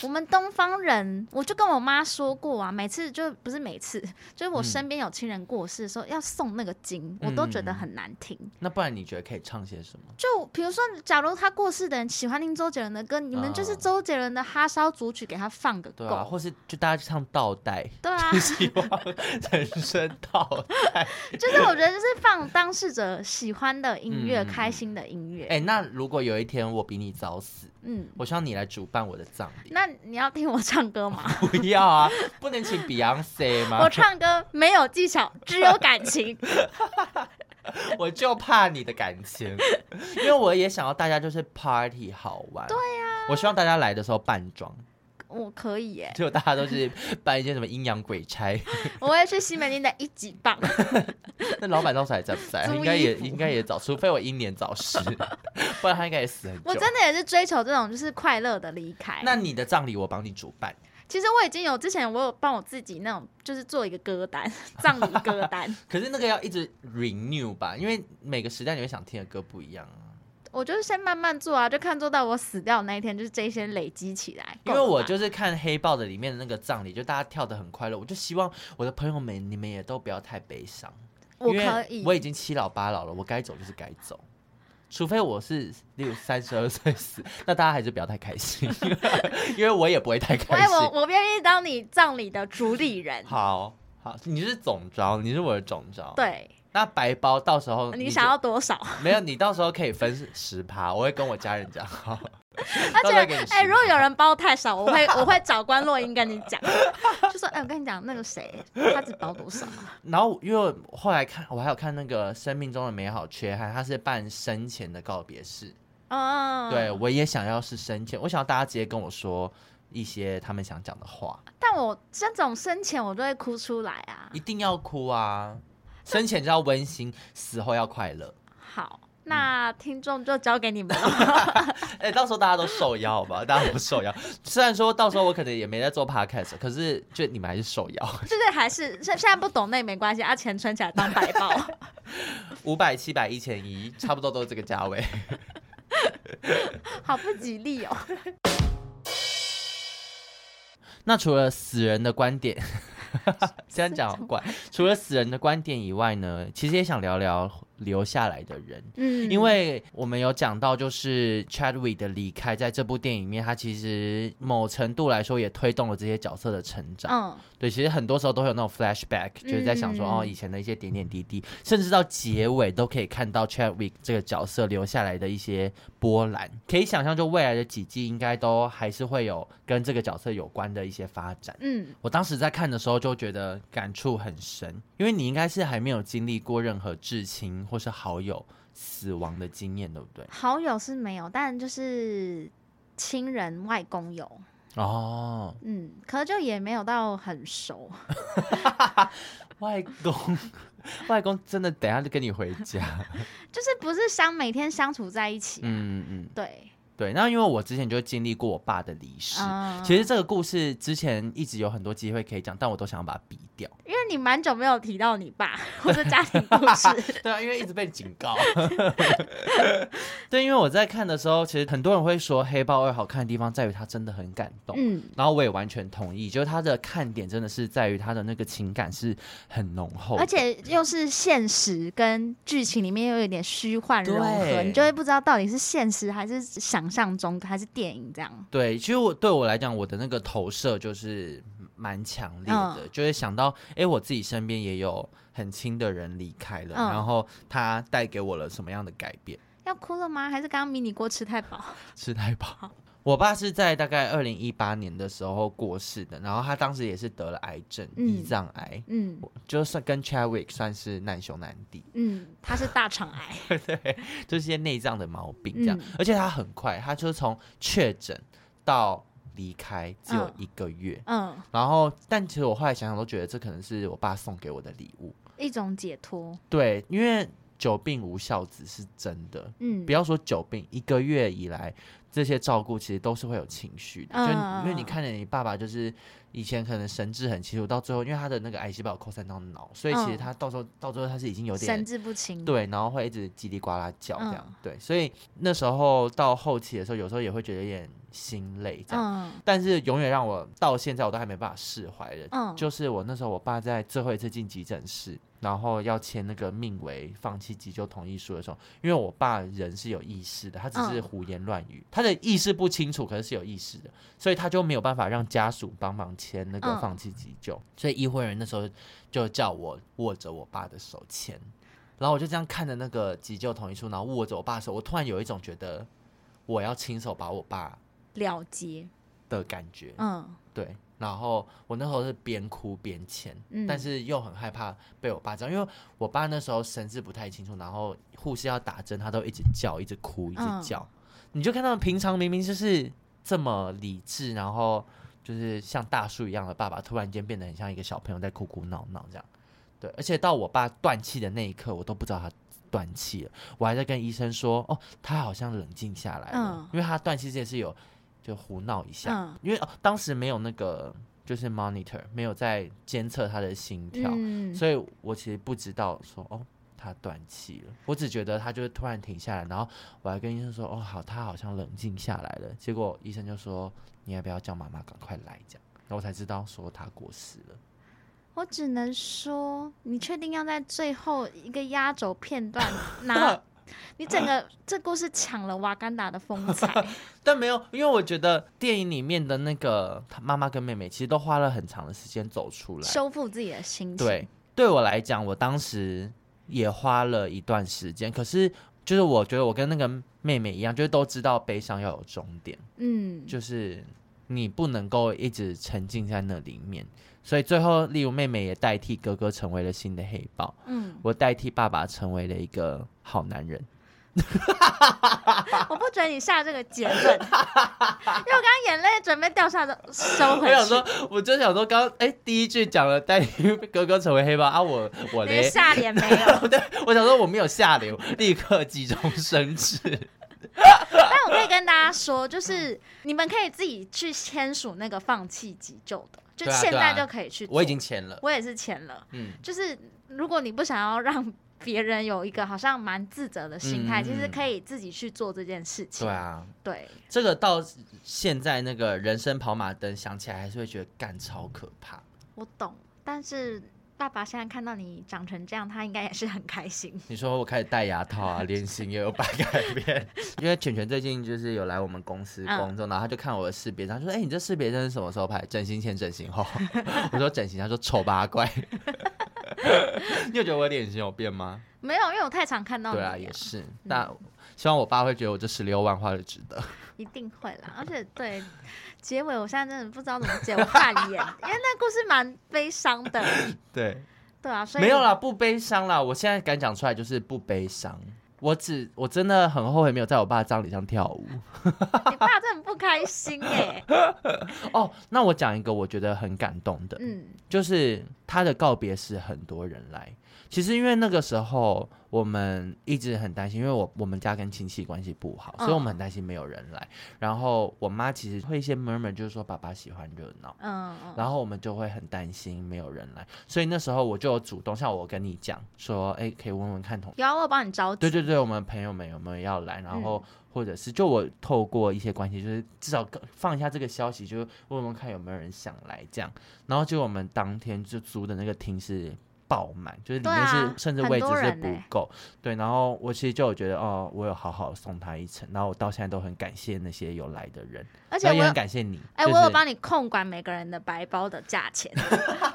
我们东方人，我就跟我妈说过啊，每次就不是每次，就是我
嗯
身边有亲人过世的时候，要送那个经，我都觉
嗯
得很难听。
那不然你觉得可以唱些什么？
就比如说，假如他过世的人喜欢听周杰伦的歌，你们就是
啊
周杰伦的哈烧组曲给他放个
对啊，
够，
或是就大家去唱倒带，
对啊，
希望 人生倒
就是我觉得就是放当事者喜欢的音乐，
嗯
开心的音乐，
哎、那如果有一天我比你早死，
嗯。
我希望你来主办我的葬礼。
那你要听我唱歌吗？
不要啊，不能请 Beyonce 吗
我？唱歌没有技巧，只有感情。
我就怕你的感情，因为我也想要大家就是 party 好玩。对呀、
啊
我希望大家来的时候扮装，
我可以 耶，
结果大家都是扮一些什么阴阳鬼差。
我会去西门町的一级棒。
那老板到时候还在不在？
租
应该
衣
也
服
应该也早，除非我英年早逝，不然他应该也死很久。
我真的也是追求这种就是快乐的离开。
那你的葬礼我帮你主办。
其实我已经有之前我有帮我自己那种就是做一个歌单， 葬礼歌单。
可是那个要一直 renew 吧，因为每个时代你会想听的歌不一样啊。
我就是先慢慢做啊，就看做到我死掉的那一天，就是这些累积起来。
因
够
为
了吧
我就是看《黑豹》的里面的那个葬礼，就大家跳的很快乐，我就希望我的朋友们你们也都不要太悲伤，
我
因为
可以，
我已经七老八老了，我该走就是该走。除非我是例如三十二岁死，那大家还是不要太开心， 因为我也不会太
我
开
也
心。
我我愿意当你葬礼的主理人。
好好，你是总招，你是我的总招。，
对
那白包到时候
你想要多 少？
就没有？你到时候可以分十趴，我会跟我家人讲好。
而
到
且
时候给你，
哎、
10%
如果有人包太少，我会我会找关洛英跟你讲，就说，哎、我跟你讲，那个谁，他只包多 少啊？
然后因为我后来看，我还有看那个《生命中的美好缺憾》，它是办生前的告别式。
嗯，
对，我也想要是生前，我想要大家直接跟我说一些他们想讲的话，
但我这种生前我都会哭出来啊
一。定要哭啊！生前就要温馨，死后要快乐。
好，
嗯
那听众就交给你们了。
哎、到时候大家都受邀吧，大家不受邀。 虽然说到时候我可能也没在做 podcast，可是就你们还是受邀。
就是还是现现在不懂那也没关系，啊，钱存起来当白 包。
五百、七百、一千一，差不多都是这个价位。
好不吉利哦。
那除了死人的观点， 这样讲好怪。除了死人的观点以外呢，其实也想聊聊留下来的人。
嗯
因为我们有讲到，就是 Chadwick 的离开，在这部电影里面，他其实某程度来说也推动了这些角色的成长。
嗯，
对，其实很多时候都会有那种 flashback，就是在想说、
嗯
哦，以前的一些点点滴滴，甚至到结尾都可以看到 Chadwick 这个角色留下来的一些波澜。可以想象，就未来的几季应该都还是会有跟这个角色有关的一些发展。
嗯，
我当时在看的时候就觉得感触很深，因为你应该是还没有经历过任何至亲或是好友死亡的经验，对不对？
好友是没有，但就是亲人外公有，
哦，
嗯，可就也没有到很熟。
外公， 外公真的等一下就跟你回家。
就是不是相每天相处在一起、
嗯嗯嗯，
对，
对。那因为我之前就经历过我爸的离世，
嗯
其实这个故事之前一直有很多机会可以讲，但我都想要把它逼掉。
因为是你蛮久没有提到你爸或者家庭故 事，
对啊，因为一直被警告。 对，因为我在看的时候，其实很多人会说《黑豹二》好看的地方在于它真的很感动，
嗯，
然后我也完全同意，就是它的看点真的是在于它的那个情感是很浓厚的，
而且又是现实跟剧情里面又有点虚幻融合，
对
你就会不知道到底是现实还是想象中还是电影这样。
对，其实我对我来讲，我的那个投射就是蛮强烈的，
嗯
就会想到，哎、我自己身边也有很亲的人离开了，
嗯
然后他带给我了什么样的改变？
要哭了吗？还是刚刚迷你锅吃太饱？
吃太饱。 我爸是在大概二零一八年的时候过世的，然后他当时也是得了癌症，
嗯
胰脏癌，
嗯
就是跟 Chadwick 算是难兄难弟，
嗯，他是大肠癌，
就是一些内脏的毛病这样。
嗯
而且他很快，他就是从确诊到离开只有
嗯
一个月，
嗯，
然后，但其实我后来想想都觉得这可能是我爸送给我的礼物。
一种解脱，
对，因为久病无孝子是真的，
嗯
不，要说久病，一个月以来这些照顾其实都是会有情绪的，就
嗯嗯
因为你
嗯
看着你爸爸就是以前可能神志很清楚，到最后因为他的那个癌细胞有扩散到脑，所以其实
嗯
他到时候到最后他是已经有点
神志不清，
对，然后会一直叽里呱啦叫这样，
嗯
对，所以那时候到后期的时候，有时候也会觉得有点心累这样。
嗯
但是永远让我到现在我都还没办法释怀的，
嗯，
就是我那时候我爸在最后一次进急诊室，然后要签那个命为放弃急救同意书的时候，因为我爸人是有意识的，他只是
嗯
胡言乱语，他的意识不清楚，可是是有意识的，所以他就没有办法让家属帮忙签那个
嗯
放弃急救，所以医护人员那时候就叫我握着我爸的手签。然后我就这样看着那个急救同意书，然后握着我爸的手，我突然有一种觉得我要亲手把我爸
了结，
的感觉。
嗯
对，然后我那时候是边哭边签，
嗯，
但是又很害怕被我爸知道，因为我爸那时候神志不太清楚，然后护士要打针，他都一直叫，一直哭，一
嗯
直叫。你就看到平常明明就是这么理智，然后就是像大树一样的爸爸，突然间变得很像一个小朋友在哭哭闹闹这样。对，而且到我爸断气的那一刻，我都不知道他断气了，我还在跟医生说，哦，他好像冷静下来了，
嗯
因为他断气之前是有就胡闹一下，
嗯
因为、哦当时没有那个就是 monitor 没有在监测他的心跳，
嗯
所以我其实不知道说哦他断气了，我只觉得他就是突然停下来，然后我还跟医生说哦好，他好像冷静下来了，结果医生就说你要不要叫妈妈赶快来这样，然后我才知道说他过世了。
我只能说，你确定要在最后一个压轴 片段拿？你整个这故事抢了瓦干达的风 采，
但没有，因为我觉得电影里面的那个他妈妈跟妹妹其实都花了很长的时间走出来，
修复自己的心情。
对，，对我来讲，我当时也花了一段时间，可是就是我觉得我跟那个妹妹一样，就是都知道悲伤要有终点，
嗯，
就是你不能够一直沉浸在那里面。所以最后，例如妹妹也代替哥哥成为了新的黑豹，
嗯，
我代替爸爸成为了一个好男人。
我不准你下这个 结论，因为我刚刚眼泪准备掉下的收
我
回
想
去
说，，我就想说刚，哎、第一句讲了代替哥哥成为黑豹啊我，我
那个
嘞，
下脸没有。
我想说我没有下流，立刻急中生 智。
但我可以跟大家说，就是你们可以自己去签署那个放弃急救的，就
对啊
现
对
在
啊
就可以去做。
我已经签了，
我也是签了。
嗯。
就是如果你不想要让别人有一个好像蛮自责的心态，
嗯
其实可以自己去做这件事情。
对啊，
对，
这个到现在那个人生跑马灯想起来还是会觉得干超可怕。
我懂。但是爸爸现在看到你长成这样，他应该也是很开心。
你说我开始戴牙套啊，脸型也有大改变。 因为犬犬最近就是有来我们公司
嗯
工作，然后他就看我的识别，他说：“哎、你这识别针是什么时候拍？整形前、整形后？” 我说：“整形。”他说：“丑八 怪。”你有觉得我脸型有变吗？
没有，嗯因为我太常看到你
对
了，
啊，也是。那希望我爸会觉得我这十六万花的值得。
一定会啦。而且对结尾，我现在真的不知道怎么结，我汗颜， 因为那故事蛮悲伤的。
对。
对啊，所以
没有啦，不悲伤啦。我现在敢讲出来就是不悲伤。我只我真的很后悔没有在我爸葬礼上跳舞。
你爸真的很不开心哎、
哦，那我讲一个我觉得很感动的，
嗯
就是他的告别时很多人来，其实因为那个时候我们一直很担心，因为我我们家跟亲戚关系不好，所以我们很担心没有人来。然后我妈其实会先 murmur，就是说爸爸喜欢热闹，
嗯嗯，
然后我们就会很担心没有人来。所以那时候我就有主动，像我跟你讲说，哎，可以问问看同。
有啊，我有帮你着急，
对对对，我们朋友们有没有要来？然后
嗯
或者是就我透过一些关系，就是至少跟放一下这个消息，就是问问看有没有人想来这样。然后就我们当天就租的那个厅是爆满，就是里
对
面是
啊
甚至
很
位置
多
是
人
不
欸
够。对，然后我其实就有觉得哦，我有好好送他一程，然后我到现在都很感谢那些有来的人，
而且
然后
我
也
有
很感谢你。
哎、
就
我有
是
帮你控管每个人的白包的价 钱，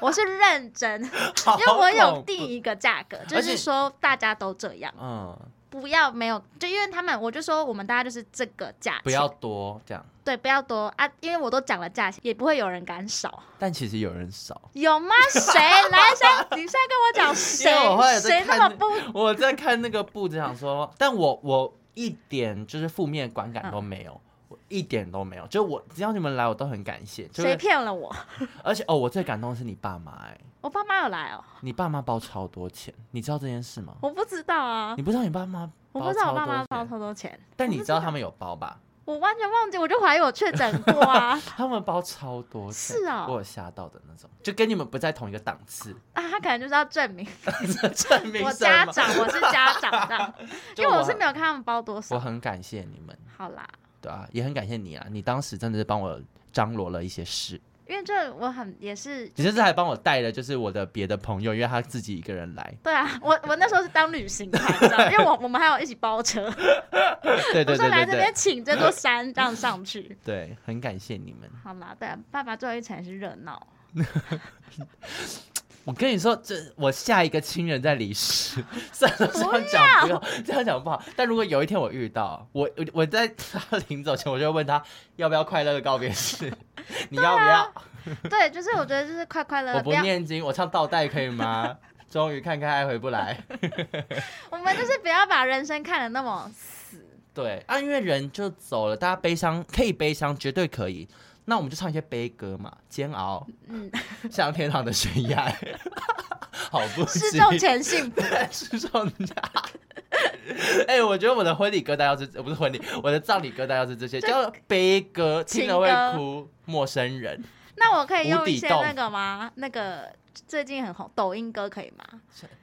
我是认真，因
好
为我有
恐
定
怖
一个价格，就
而且
是说大家都这样，
嗯，
不要没有，就因为他们，我就说我们大家就是这个价钱，
不要多这样，
对，不要多啊，因为我都讲了价钱，也不会有人敢少，
但其实有人少。
有吗？ 谁来？现在你现在跟我讲谁
因为我后来？在
谁那
看
么
那
不？
我在看那个布子，想说，但我我一点就是负面观
嗯
感都没有。我一点都没有，就我只要你们来，我都很感谢。就
谁
是
骗了我？
而且哦，我最感动的是你爸妈哎、
我爸妈有来哦，
你爸妈包超多钱，你知道这件事吗？
我不知道啊，
你不知道你爸妈
我不
包
知道
超
我爸妈
多
包
钱，
偷多钱，
但你知道他们有包吧？
我完全忘记，我就怀疑我确诊过啊
他们包超多钱，
是哦
我有吓到的那种，就跟你们不在同一个档次，
啊，他可能就是要证明。
证明
我
什
家
么
长，我是家长 的，
就
因为我
我
是没有看他们包多
我
少。
很感谢你们，
好啦，
对啊，也很感谢你啊，你当时真的是帮我张罗了一些事。
因为这我很也是，。
你甚至还帮我带了，就是我的别的朋友，因为他自己一个人来
对啊，我我那时候是当旅行团，你知道吗因为我我们还有一起包车，
对对
我
对
说来
对
这边
对，
请这座山 这样上去。
对，很感谢你们。
好啦，对啊、爸爸最后一层是热闹，
我跟你说，这我下一个亲人在离世，算了，这样讲不用，这样讲不好。但如果有一天我遇到，我我我在他临走前，我就会问他要不要快乐的告别式， 你要不要？
对，就是我觉得就是快快乐
我
乐，啊不
不
要
念经，我唱倒带可以吗？ 终于看开，爱回不来。
我们就是不要把人生看得 那么死。
对啊，因为人就走了，大家悲伤可以悲伤，绝对可以。那我们就唱一些悲歌嘛，《煎熬》，
嗯，
像天堂的悬崖， 好不
失
羁
重前幸福，
失重家。 哎、我觉得我的婚礼歌单要是呃不是婚礼，我的葬礼歌单要是这些，叫悲歌，听了会哭，陌生人，
那我可以用一些
无底洞
那个吗？那个最近很红抖音歌可以吗？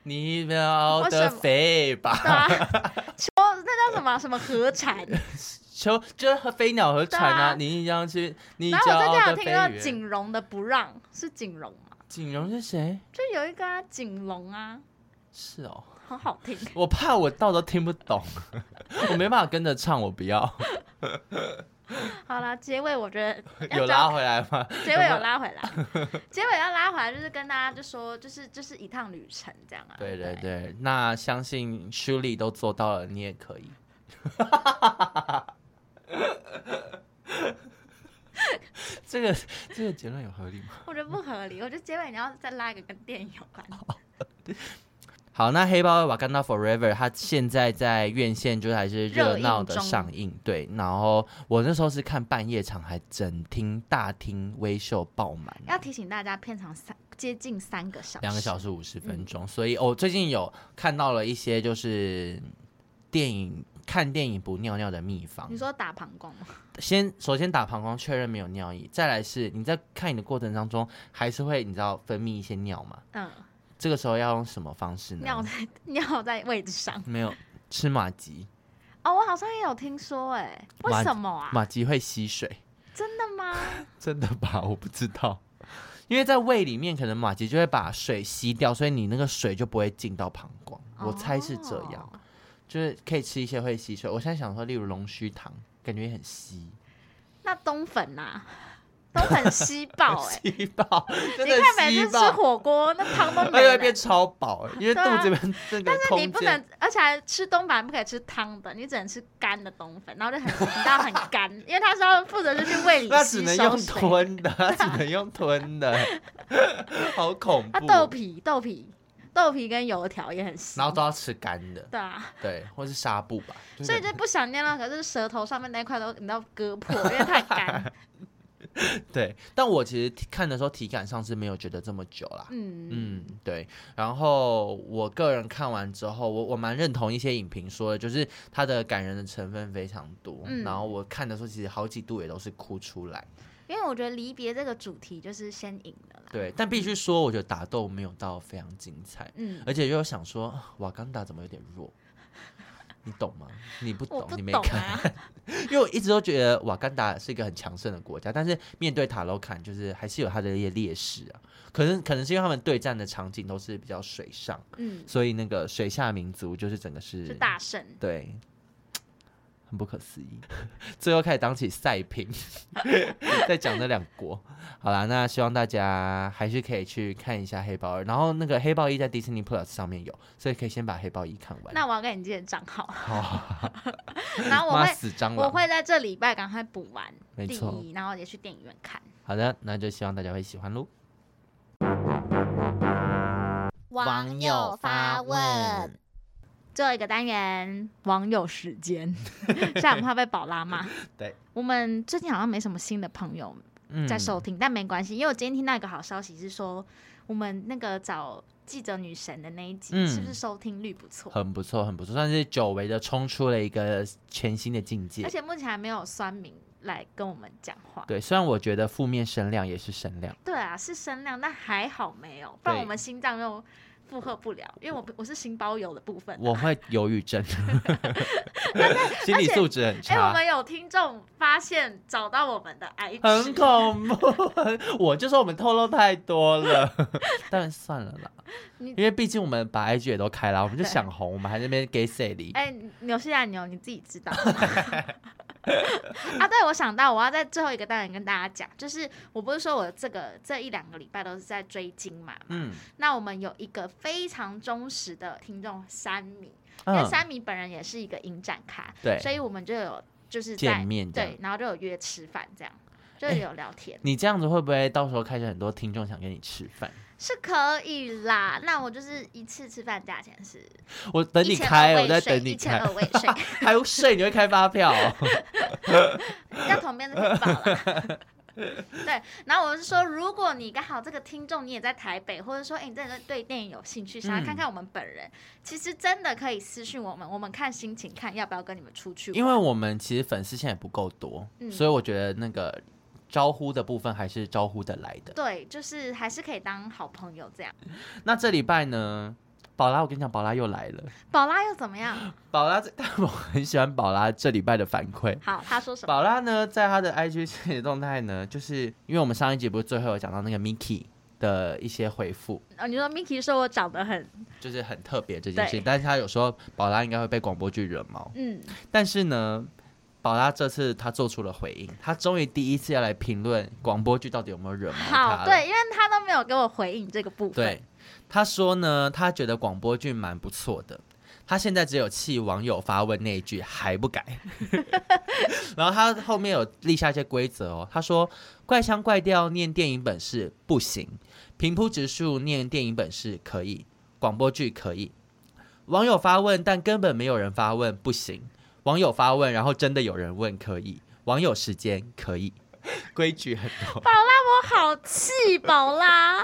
你秒的飞吧，
对啊，求那叫
呃
什么什么合产，
求就是和飞鸟和船啊，
对啊
你将去，你
然
骄
后我最
傲
近有
的飞
听到
远。
景荣的不让是景荣吗？
景荣是谁？
就有一个啊，景荣啊，
是哦，
好好 听。
我怕我到时候听不懂， 我没办法跟着唱，我不 要。
好啦，结尾我觉得要
有
交
拉回来吗？
结尾有拉回 来，结尾要拉回来，就是跟大家就说，就是就是一趟旅程这样啊。
对对
对，
对，那相信 s h 都做到了，你也可以。 这个这个结论有合理吗？
我觉得不合理，我觉得结尾你要再拉一个跟电影有关的。
好，那黑豹《瓦干达 Forever》它现在在院线就还是热闹的上映，对。然后我那时候是看半夜场，还整厅大厅微秀爆满，
要提醒大家，片长三接近三个小时，
两个小时五十分钟。所以我、哦最近有看到了一些就是电影看电影不尿尿的秘方
你。说打膀胱吗？
先首先打膀胱确认没有尿意，再来是你在看你的过程当中还是会你知道分泌一些尿嘛？
嗯，
这个时候要用什么方式呢？
尿在 尿在位置上。
没有吃马吉，
哦，我好像也有听说、哎，为
完
什么啊？
马吉会吸水，
真的吗？
真的吧？我不知道， 因为在胃里面可能马吉就会把水吸掉，所以你那个水就不会进到膀胱。我猜是这样，
哦
就是可以吃一些会吸水。我现在想说，例如龙须糖，感觉也很吸，
那冬粉呐、冬粉吸爆 哎、
吸爆，真
你
的
看每
吸
次吃
爆。
火锅，那 汤都没
而且会
了。
变超饱，因为
对
肚
啊
子里面这个
但
空
你
间
不能，而且还吃冬粉不可以吃汤的，你只能吃干的冬粉，然后就很你知道很干，因为它是要负责就去胃里
那只
吸
能
收
用
水。
吞的，它只能用吞的， 好恐
它
怖。
啊豆皮、豆皮、豆皮跟油条也很吸
然。后都要吃干的，
对啊，
对，或是纱布吧。
所以
是
就不想念了。可是舌头上面那一块都你知道割破，因为太干。
对，但我其实看的时候体感上是没有觉得这么久啦。
嗯
嗯，对。然后我个人看完之后，我我蛮认同一些影评说的，就是它的感人的成分非常多。
嗯啊
然后我看的时候，其实好几度也都是哭出来。
因为我觉得离别这个主题就是先赢了啦。
对，但必须说，我觉得打斗没有到非常精彩，
嗯，
而且又想说啊瓦干达怎么有点弱。你懂吗？你不
我
懂，
不
你没
懂
看，
啊。
因为我一直都觉得瓦干达是一个很强盛的国家，但是面对塔罗坎，就是还是有它的一些劣势啊。可能可能是因为他们对战的场景都是比较水上，
嗯，
所以那个水下民族就是整个
是
是
大胜。
对，很不可思议。 最后开始当起赛评， 在讲这两国。好啦，那希望大家还是可以去看一下《黑豹二》，然后那个《黑豹一》在 Disney Plus 上面有，所以可以先把《黑豹一》看完。
那我要跟你借 账号，
好，
然后我
骂
会
死蟑
我
螂。
会在这礼拜赶快补完
啊没
第
错
一，然后也去电影院看。
好的，那就希望大家会喜欢喽。
网友发问。最后一个单元，网友时 间，这样很怕被宝拉骂。
对，
我们最近好像没什么新的朋友
嗯
在收听，但没关系，因为我今天听到一个好消息是说，我们那个找记者女神的那一集，
嗯
是不是收听率不错？
很不错，很不错，算是久违的冲出了一个全新的境界
而。且目前还没有酸民来跟我们讲话。
对，虽然我觉得负面声量也是声 量。
对啊，是声量，但还好没有，不然
对
我们心脏又负荷不了，因为我不我是心包油的部分。
我会忧郁症，心理素质很
哎、我
差，
们有听众发现找到哎我们的 IG，
很恐怖。我就说我们透露太多 了，但算了啦，
你
因为毕竟我们把 IG 也都开了，我们就
对
想红，我们还在那边给谁理？
哎、纽西兰牛，你自己知道。 啊，对，我想到我要在最后一个单元跟大家讲，就是我不是说我这个这一两个礼拜都是在追金嘛，
嗯
那我们有一个非常忠实的听众三米，因为
嗯，
三米本人也是一个影展咖，
对，
所以我们就有就是在
见面这样
对，。然后就有约吃饭这样，就
哎
有聊天。
你这样子会不会到时候开始很多听众想跟你吃饭？
是可以啦，那我就是一次吃饭价钱是
我等你
1200
开，
位
我在
税
等你开
1200，位 税
还有税你会开发票哦、
要统编的可以报啦。 对，然后我是说，如果你刚好这个听众你也在台北，或者说哎、你真的对电影有兴趣，想要
嗯
看看我们本人，其实真的可以私讯我们，我们看心情看要不要跟你们出去 玩。
因为我们其实粉丝现在也不够多，
嗯
所以我觉得那个招呼的部分还是招呼的来的。
对，就是还是可以当好朋友这样。
那这礼拜呢，宝拉，我跟你讲，宝拉又来了。
宝拉又怎么 样？
宝拉这，但我很喜欢宝拉这礼拜的反馈。
好，他说什么？
宝拉呢，在她的 IG 现实动态呢，就是因为我们上一集不是最后有讲到那个 Miki 的一些回复，
哦，你说 Miki 说我长得很，
就是很特别这件事情。
对
但是她有说宝拉应该会被广播剧惹毛，
嗯，
但是呢，宝拉这次她做出了回应，她终于第一次要来评论广播剧到底有没有惹毛她
好，
了。
对，因为他都没有给我回应这个部分。
对，他说呢，他觉得广播剧蛮不错的。他现在只有气网友发问那一句还不改， 然后他后面有立下一些规则哦。他说怪腔怪调念电影本是不行，平铺直述念电影本是可以，广播剧可以。网友发问，但根本没有人发问，不行。网友发问，然后真的有人问，可以。网友时间可以，规矩很多。
我好气宝 拉，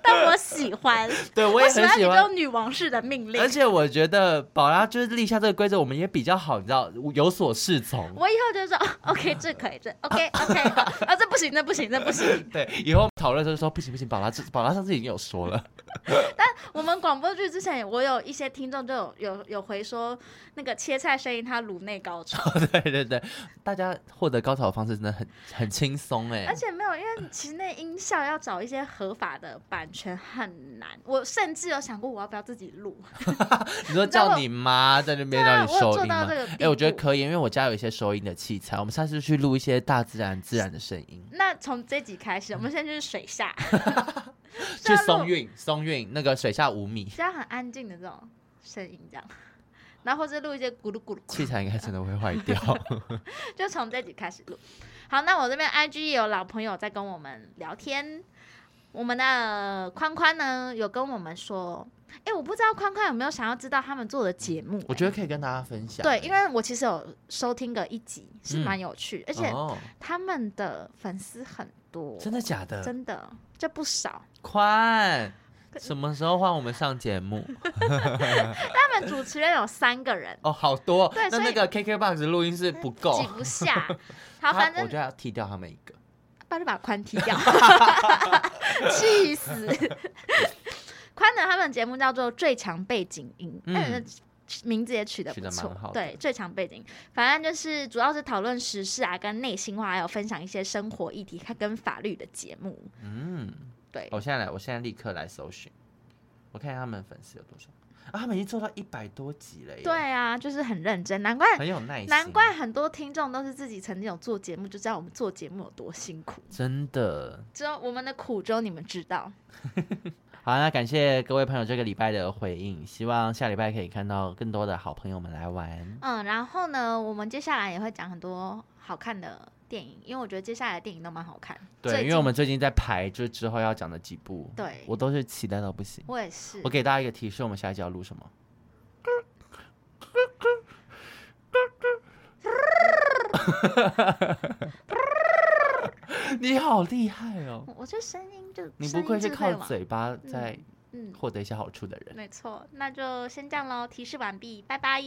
但我喜欢，
对 我
我
也
喜
很
欢你
喜
这
欢
种女王式的命令
而。且我觉得宝拉就是立下这个规则，我们也比较好，你知道，有所适从。
我以后就说哦 OK，这可以，这 OK OK，啊这不行，这不行，这不行。
对，以后讨论的时候说不行不行，宝拉这宝拉上次已经有说了，
我们广播剧之前，我有一些听众就有有有回说，那个切菜声音他颅内高潮，
对对对，大家获得高潮的方式真的很很轻松哎
而，且没有，因为其实那音效要找一些合法的版权很难。我甚至有想过我要不要自己录，
你说叫你妈在那边
对啊
让你
我有
收
做
音
到
吗
这个？地
哎，我觉得
步
可以，因为我家有一些收音的器材，我们下次去录一些大自然自然的声音，
那从这集开始，我们先去水下，
去
这样
松
录
韵松韵那个水下五米，
只要很安静的这种声音，这样，然后或是录一些咕噜咕噜咕
器
噜，
材应该真的会坏掉。
就从这集开始录。好，那我这边 IG 也有老朋友在跟我们聊天，我们的宽宽呢有跟我们说，哎、我不知道宽宽有没有想要知道他们做的节目、
我觉得可以跟大家分享。
对，因为我其实有收听个一集，是蛮有趣，而
而
且
嗯哦、
他们的粉丝很多，
真的假的？
真的就不少。
宽，什么时候换我们上节目？
他们主持人有三个 人，
哦，好多。
对
那
所以
那个 KKBOX 录音室不够
挤，不下。好，
哦他
反
我
正
就要踢掉他们一个。
把就把宽踢 掉，气死！宽的他们节目叫做《最强背景音》，
嗯
嗯，名字也取得
取
不
得
错
蛮好，的
对，最强背景，反正就是主要是讨论时事啊，跟内心话，还有分享一些生活议题，它跟法律的节目，
嗯，
对，
我现在来，我现在立刻来搜寻，我看一下他们粉丝有多少啊？他们已经做到一百多集了耶，
对，啊，就是很认真，难怪。
很有耐心，
难怪很多听众都是自己曾经有做节目，就知道我们做节目有多辛苦。
真的。
只有我们的苦，只有你们知道。
好，那感谢各位朋友这个礼拜的回应，希望下礼拜可以看到更多的好朋友们来玩。
嗯，然后呢，我们接下来也会讲很多好看的电影，因为我觉得接下来的电影都蛮好看。最
对，因为
近
我们最近在排，就是之后要讲的几部，
对
我都是期待到不行。
我也是
我，给大家一个提示，我们下一集要录什 么？你好厉害哦！
我觉得声音就
你
声
不
音
愧是
智慧
靠
网
嘴巴在
嗯，
获得一些好处的人。
没错，那就先这样喽，提示完毕，拜拜。